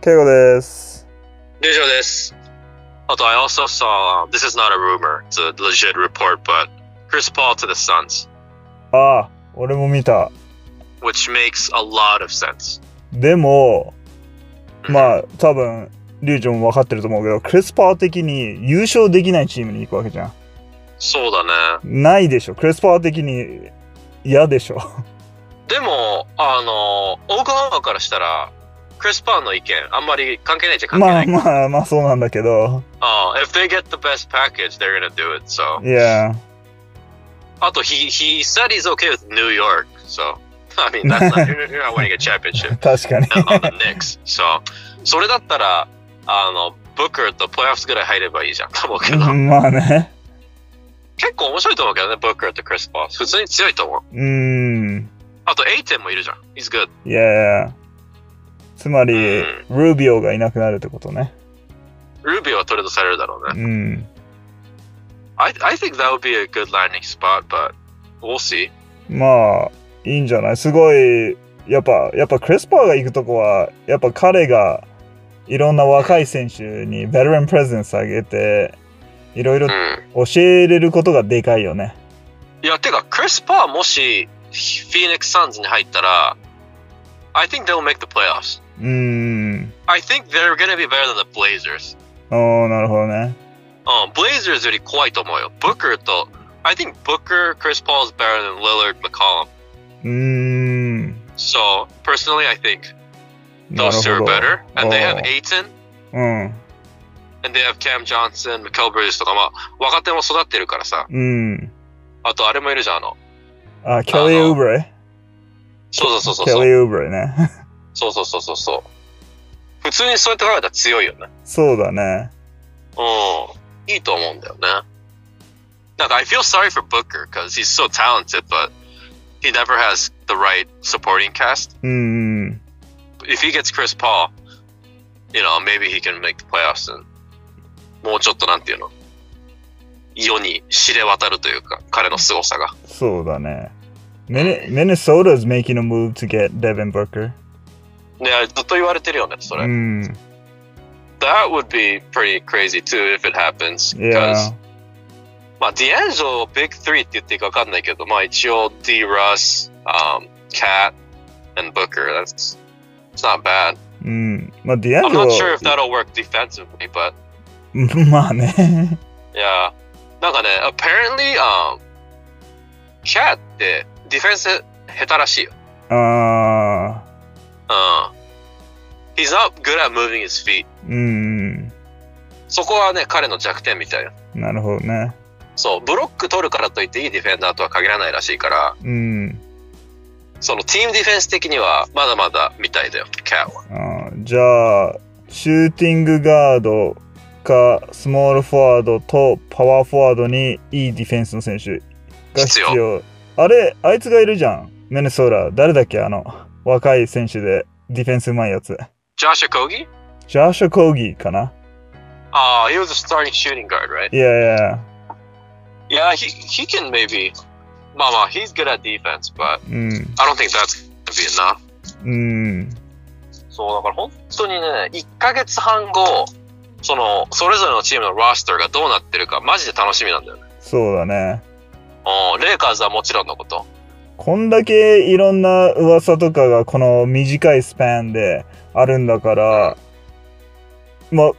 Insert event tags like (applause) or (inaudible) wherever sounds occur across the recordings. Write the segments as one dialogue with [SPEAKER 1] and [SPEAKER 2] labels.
[SPEAKER 1] ケイゴです。
[SPEAKER 2] Although I also saw um, this is not a rumor, it's a legit report, but Chris Paul to the Suns,
[SPEAKER 1] ああ、俺も見た。
[SPEAKER 2] which makes a lot of sense.
[SPEAKER 1] でも、まあ、多分、リュウちゃんも分かってると思うけど、クリスパー的に優勝できないチームに行くわけじゃん。
[SPEAKER 2] そうだね。
[SPEAKER 1] ないでしょ。クリスパー的に嫌でしょ。
[SPEAKER 2] でも、あの、オークハマからしたら、クリス・パーの意見、あんまり関係ないじゃ関係
[SPEAKER 1] ま
[SPEAKER 2] な
[SPEAKER 1] あ
[SPEAKER 2] い。
[SPEAKER 1] まあまあそうなんだけど。
[SPEAKER 2] あ、if they get the best package, they're gonna do it, so.
[SPEAKER 1] いや、
[SPEAKER 2] あと、he, he said he's okay with New York, so. (laughs) I mean, that's not, (laughs) you're, you're not winning a championship.
[SPEAKER 1] 確かに。
[SPEAKER 2] on the (laughs) Knicks. So, それだったら、あの、ブクーとプレイオフスぐらい入ればいいじゃん (laughs) と思うけど、
[SPEAKER 1] まあね。
[SPEAKER 2] 結構面白いと思うけどね、ブクーとクリスパー。普通に強いと思う。
[SPEAKER 1] うーん。
[SPEAKER 2] あと、エイテンもいるじゃん。He's good.
[SPEAKER 1] いやいや。つまり、ルビオがいなくなるってことね。
[SPEAKER 2] ルビーはトレードされるだろう
[SPEAKER 1] う
[SPEAKER 2] ね。
[SPEAKER 1] ん。
[SPEAKER 2] I, I think that would be a good landing spot, but we'll see.
[SPEAKER 1] まあ、いいんじゃないすごい、やっぱ、やっぱクリスパーが行くとこは、やっぱ彼がいろんな若い選手にベテランプレゼンスあげて、いろいろ
[SPEAKER 2] うん。
[SPEAKER 1] 教えれることがでかいよね。
[SPEAKER 2] いや、てか、クリスパーもし、フィニックス・サンズに入ったら、I think they'll make the playoffs.
[SPEAKER 1] うーん。
[SPEAKER 2] I think they're gonna be better than the Blazers.
[SPEAKER 1] おー、なるほどね。
[SPEAKER 2] うん、ブレイザーズより怖いと思うよ。ブッカーと、I think Booker, Chris Paul is better than Lillard, McCollum.
[SPEAKER 1] うーん。
[SPEAKER 2] So, personally, I think
[SPEAKER 1] なる
[SPEAKER 2] those two are
[SPEAKER 1] ほど。
[SPEAKER 2] better. And they have
[SPEAKER 1] おー
[SPEAKER 2] Aiton,
[SPEAKER 1] うん。
[SPEAKER 2] and they have Cam Johnson, Michael Bridges とか、まあ、若手も育ってるからさ。
[SPEAKER 1] うん。
[SPEAKER 2] あと、あれもいるじゃん、あの。
[SPEAKER 1] あ、キャリー・ウブレ
[SPEAKER 2] そうそうそう
[SPEAKER 1] キャ
[SPEAKER 2] そ
[SPEAKER 1] リ
[SPEAKER 2] う。
[SPEAKER 1] ー・ウブレね。 (laughs)
[SPEAKER 2] そうそうそうそうそう。普通にそうやって考えたら強いよね。
[SPEAKER 1] そうだね。
[SPEAKER 2] うん。いいと思うんだよね。なんか、I feel sorry for Booker, because he's so talented, but he never has the right supporting cast.
[SPEAKER 1] うん。
[SPEAKER 2] if he gets Chris Paul, you know, maybe he can make the playoffs and もうちょっとなんていうの世に知れ渡るというか、彼の凄さが。
[SPEAKER 1] そうだね。ミネ Minnesota is making a move to get Devin Booker.
[SPEAKER 2] ね、ずっと言われてるよね、それ。
[SPEAKER 1] うん。
[SPEAKER 2] That would be pretty crazy too if it happens.
[SPEAKER 1] Yeah.
[SPEAKER 2] Because, まあ、D'Angelo Big Three って言っていいかわかんないけど、まあ一応 D. Russ, um, Cat, and Booker. That's it's not bad.
[SPEAKER 1] うん。まあ、ディアン
[SPEAKER 2] I'm
[SPEAKER 1] ジェ
[SPEAKER 2] not
[SPEAKER 1] ロ
[SPEAKER 2] sure if that'll work defensively, but
[SPEAKER 1] (laughs) まあね。
[SPEAKER 2] Yeah. なんかね、apparently, um, シャアってディフェンス下手らしいよ。
[SPEAKER 1] ああ。
[SPEAKER 2] うん。He's not good at moving his feet.
[SPEAKER 1] うん。
[SPEAKER 2] そこはね、彼の弱点みたいな。
[SPEAKER 1] なるほどね。
[SPEAKER 2] そう、ブロック取るからといっていいディフェンダーとは限らないらしいから、
[SPEAKER 1] うん。
[SPEAKER 2] そのチームディフェンス的にはまだまだみたいだよ、キャアは。
[SPEAKER 1] あーじゃあ、シューティングガードか、スモールフォワードとパワーフォワードにいいディフェンスの選手が必要。
[SPEAKER 2] 必
[SPEAKER 1] あれ、あいつがいるじゃん。メネソーラ。誰だっけあの、若い選手でディフェンスうまいやつ。
[SPEAKER 2] ジョシュ・コーギー
[SPEAKER 1] ジャーシュ・コーギーかな
[SPEAKER 2] ああ、he was a starting shooting guard, right?
[SPEAKER 1] いやいや。
[SPEAKER 2] Yeah, he, he can maybe. まあまあ、he's good at defense, but
[SPEAKER 1] うん。
[SPEAKER 2] I don't think that's gonna be enough.
[SPEAKER 1] うん。
[SPEAKER 2] そう、だから本当にね、1ヶ月半後、その、それぞれのチームのロスターがどうなってるか、マジで楽しみなんだよね。
[SPEAKER 1] そうだね。
[SPEAKER 2] うん、レイカーズはもちろんのこと。
[SPEAKER 1] こんだけいろんな噂とかがこの短いスパンであるんだから、まあ、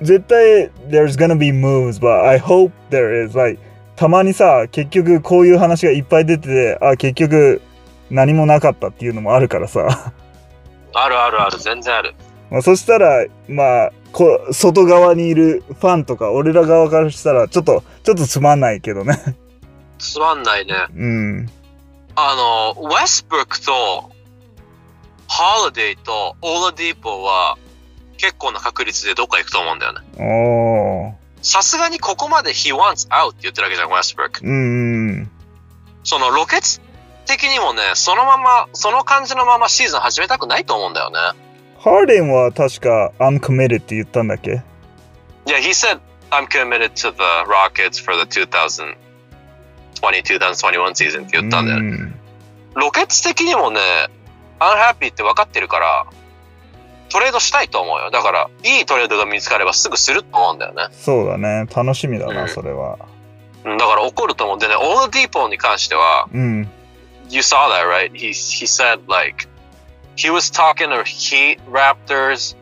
[SPEAKER 1] 絶対 there's gonna be moves, but I hope there is. Like, たまにさ、結局こういう話がいっぱい出てて、あ、結局何もなかったっていうのもあるからさ。 (laughs)
[SPEAKER 2] あるあるある、全然ある。
[SPEAKER 1] まあ、そしたら、まあ、こ外側にいるファンとか、俺ら側からしたら、ちょっと、ちょっとつまんないけどね。
[SPEAKER 2] つまんないね。
[SPEAKER 1] うん。
[SPEAKER 2] あの、ウェストブルックと、ハーデイとオーラディーポーは、結構な確率でどっか行くと思うんだよね。
[SPEAKER 1] おー。
[SPEAKER 2] さすがにここまで he wants out って言ってるわけじゃん、ウェストブルック。
[SPEAKER 1] うんうん。
[SPEAKER 2] そのロケツ的にもね、そのまま、その感じのままシーズン始めたくないと思うんだよね。
[SPEAKER 1] ハーデンは確か I'm committed って言ったんだっけ
[SPEAKER 2] Yeah, he said, I'm committed to the Rockets for the 2020 2021 season って言ったんだよね。
[SPEAKER 1] うん
[SPEAKER 2] ロケッツ的にもね、unhappy って分かってるから、トレードしたいと思うよ。だから、いいトレードが見つかればすぐすると思うんだよね。
[SPEAKER 1] そうだね。楽しみだ
[SPEAKER 2] う
[SPEAKER 1] な、
[SPEAKER 2] ん
[SPEAKER 1] それは。
[SPEAKER 2] うんだから怒ると思うんでね、オールディーポーに関しては、
[SPEAKER 1] うん。 (laughs)
[SPEAKER 2] you saw that, right? He he said like he was talking to Heat Raptors,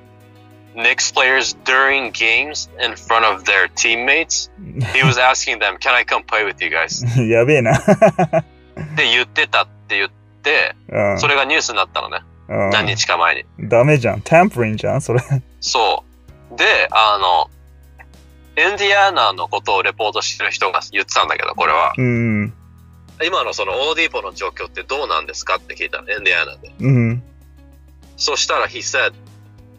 [SPEAKER 2] Knicks players during games in front of their teammates. He was asking them, "Can I come play with you guys?"
[SPEAKER 1] やべえな。
[SPEAKER 2] って言ってたって言って、
[SPEAKER 1] うん
[SPEAKER 2] それがニュースになったのね。
[SPEAKER 1] うん
[SPEAKER 2] 何日か前に。
[SPEAKER 1] ダメじゃん。タンプリンじゃん、それ。
[SPEAKER 2] そう。で、あの。インディアナのことをレポートしてる人が言ってたんだけど、これは。
[SPEAKER 1] うん。
[SPEAKER 2] 今のそのオーディーポの状況ってどうなんですかって聞いたの、インディアナで。
[SPEAKER 1] うん。
[SPEAKER 2] そしたら、he said,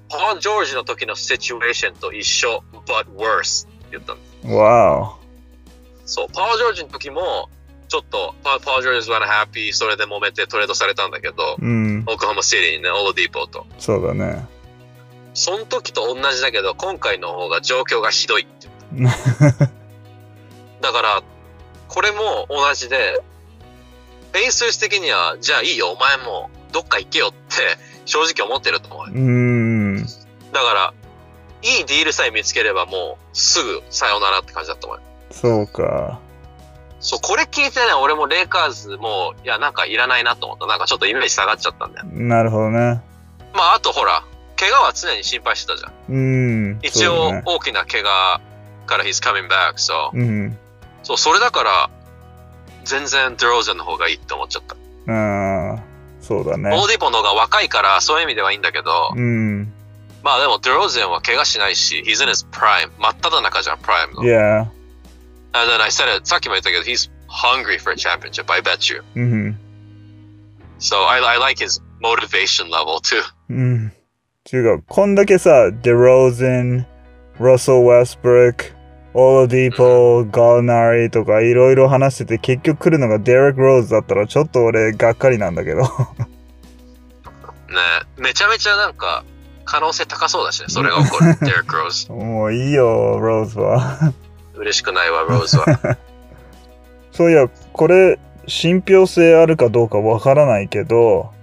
[SPEAKER 2] ポーン・ジョージの時のシチュエーションと一緒、but worse って言ったんです。
[SPEAKER 1] わ
[SPEAKER 2] そう、ポーン・ジョージの時も、ちょっと、パー・ポーン・ジョージ was unhappy、それで揉めてトレードされたんだけど
[SPEAKER 1] お。、うん。
[SPEAKER 2] オクハマ・シティにね、オールディーポーと。
[SPEAKER 1] そうだね。
[SPEAKER 2] その時と同じだけど、今回の方が状況がひどいって言った。だから、これも同じで、フェイス的には、じゃあいいよ、お前もどっか行けよって正直思ってると思うよ
[SPEAKER 1] うん。
[SPEAKER 2] だから、いいディールさえ見つければもうすぐさよならって感じだと思うよ。
[SPEAKER 1] そうか。
[SPEAKER 2] そう、これ聞いてね、俺もレイカーズもう、いや、なんかいらないなと思った。なんかちょっとイメージ下がっちゃったんだよ。
[SPEAKER 1] なるほどね。
[SPEAKER 2] まあ、あとほら、怪我は常に心配してたじゃん。
[SPEAKER 1] うん。
[SPEAKER 2] 一
[SPEAKER 1] そ
[SPEAKER 2] 応
[SPEAKER 1] う、だね
[SPEAKER 2] 大きな怪我から he's coming back, so.
[SPEAKER 1] うん。
[SPEAKER 2] そう、それだから、全然ドローゼンの方がいいって思っちゃった。
[SPEAKER 1] ああ、そうだね。
[SPEAKER 2] オーディポの方が若いから、そういう意味ではいいんだけど、
[SPEAKER 1] うん。
[SPEAKER 2] まあでもドローゼンは怪我しないし、he's in his prime。真っ只中じゃん、プライムの。
[SPEAKER 1] Yeah.
[SPEAKER 2] And then I said it, さっきも言ったけど、he's hungry for a championship, I bet you.
[SPEAKER 1] うん。
[SPEAKER 2] So I, I like his motivation level too.
[SPEAKER 1] うん。ていうか、こんだけさ、デローゼン、ロソウェスブルック、オールディーポー、ガーナリーとかいろいろ話してて結局来るのがデレック・ローズだったらちょっと俺がっかりなんだけど。
[SPEAKER 2] (laughs) ねめちゃめちゃなんか、可能性高そうだしね、それが起 (laughs) こる。デレック・ローズ。
[SPEAKER 1] もういいよ、ローズは。
[SPEAKER 2] 嬉しくないわ、ローズ (laughs) は。
[SPEAKER 1] そういや、これ、信憑性あるかどうかわからないけど、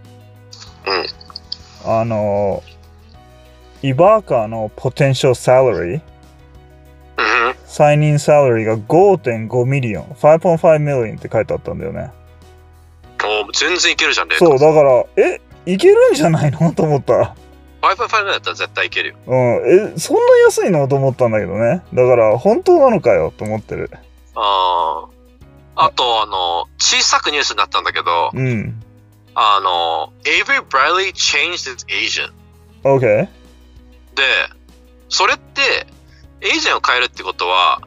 [SPEAKER 2] うん
[SPEAKER 1] あの、イバーカーのポテンシャルサラリー、
[SPEAKER 2] うんうん
[SPEAKER 1] 再任サラリーが5.5ミリオン、5.5ミリオンって書いてあったんだよね。
[SPEAKER 2] お全然いけるじゃん、レイカ
[SPEAKER 1] そ
[SPEAKER 2] ー
[SPEAKER 1] う、
[SPEAKER 2] ズ。
[SPEAKER 1] だから、え、いけるんじゃないの (laughs) と思った。
[SPEAKER 2] 5.5だったら絶対いけるよ。
[SPEAKER 1] うん、え、そんな安いのと思ったんだけどね。だから、本当なのかよと思ってる。
[SPEAKER 2] あーあと、あの、小さくニュースになったんだけど、
[SPEAKER 1] うん。
[SPEAKER 2] あの、Avery Bradley changed his agent.
[SPEAKER 1] OK?
[SPEAKER 2] で、それって、エージェンを変えるってことは、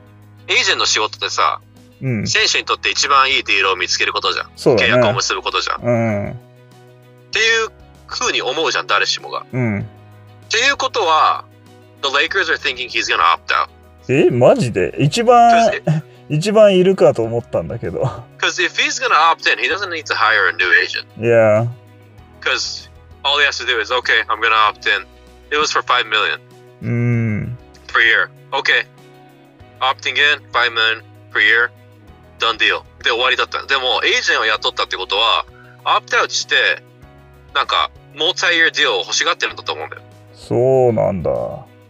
[SPEAKER 2] エージェンの仕事ってさ、
[SPEAKER 1] うん。
[SPEAKER 2] 選手にとって一番いいディールを見つけることじゃん。
[SPEAKER 1] そう
[SPEAKER 2] 契約を
[SPEAKER 1] だね。
[SPEAKER 2] 結ぶことじゃん。っ
[SPEAKER 1] うん。
[SPEAKER 2] ていう風に思うじゃん、誰しもが。
[SPEAKER 1] うん。
[SPEAKER 2] っていうことは、The Lakers are thinking he's gonna opt out.
[SPEAKER 1] えマジで一番
[SPEAKER 2] Because
[SPEAKER 1] (laughs) 一番いるかと思ったんだけど (laughs)
[SPEAKER 2] because if he's gonna opt in, he doesn't need to hire a new agent.
[SPEAKER 1] いや
[SPEAKER 2] Because all he has to do is, okay, I'm gonna opt in. It was for 5 million
[SPEAKER 1] うーん
[SPEAKER 2] per year. Okay. Opting in, 5 million per year. Done deal. で終わりだったの。でも、エージェントを雇ったってことは、アップタウトして、なんか、モータイイヤーディオを欲しがってるんだと思うんだよ。
[SPEAKER 1] そうなんだ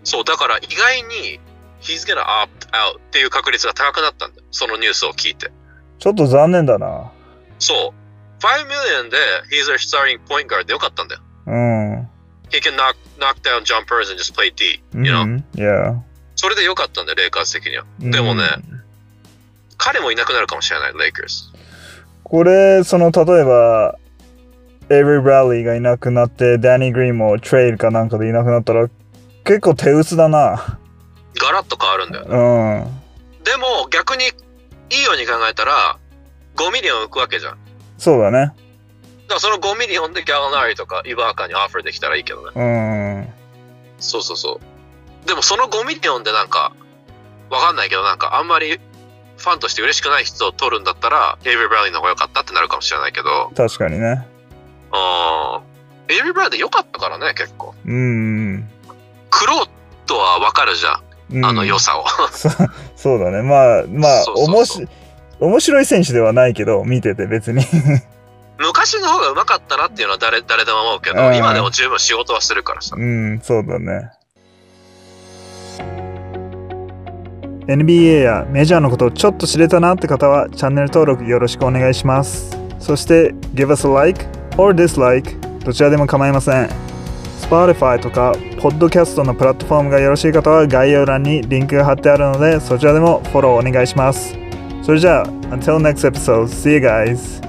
[SPEAKER 2] そう、だから意外に、he's gonna opt out っていう確率が高くなったんだよ。そのニュースを聞いて。
[SPEAKER 1] ちょっと残念だな
[SPEAKER 2] そう。5 million で、he's a starting point guard でよかったんだよ。
[SPEAKER 1] うんう
[SPEAKER 2] He can knock, knock down jumpers and just play D. You know?、
[SPEAKER 1] んいや
[SPEAKER 2] それでよかったんだよ、レイカーズ的には。
[SPEAKER 1] うん
[SPEAKER 2] でもね彼もいなくなるかもしれない、レイカーズ。
[SPEAKER 1] これその例えばエイブリー・ブラリーがいなくなってダニー・グリーンもトレイルかなんかでいなくなったら結構手薄だな
[SPEAKER 2] ガラッと変わるんだ
[SPEAKER 1] う
[SPEAKER 2] よ。
[SPEAKER 1] ん
[SPEAKER 2] でも逆にいいように考えたら5ミリオン浮くわけじゃん。だ
[SPEAKER 1] そうだね
[SPEAKER 2] からその5ミリオンでギャラナリとかイバーカにオファーできたらいいけど
[SPEAKER 1] う
[SPEAKER 2] ね。
[SPEAKER 1] ん
[SPEAKER 2] そうそうそう。でもその5ミリオンでなんかわかんないけどなんかあんまりファンとして嬉しくない人を取るんだったらエイブリー・ブラウリーの方が良かったってなるかもしれないけど、
[SPEAKER 1] 確かにね
[SPEAKER 2] うん、エイブリー・ブラウリー良かったからね結構。
[SPEAKER 1] うん
[SPEAKER 2] クローとはわかるじゃん、
[SPEAKER 1] うん
[SPEAKER 2] あの良さを。 (laughs)
[SPEAKER 1] そそうだねまあまあ
[SPEAKER 2] そうそう
[SPEAKER 1] お
[SPEAKER 2] そう
[SPEAKER 1] もし面白い選手ではないけど見てて別に
[SPEAKER 2] 昔の方がうまかったなっていうのは誰誰でも思うけ
[SPEAKER 1] う
[SPEAKER 2] ど、
[SPEAKER 1] ん
[SPEAKER 2] 今でも十分仕事はするからさ。
[SPEAKER 1] うん、そうだね。NBA やメジャーのことをちょっと知れたなって方はチャンネル登録よろしくお願いします。そして、give us a like or dislike どちらでも構いません。Spotify とか Podcast のプラットフォームがよろしい方は概要欄にリンクが貼ってあるのでそちらでもフォローお願いします。それじゃあ、until next episode, see you guys!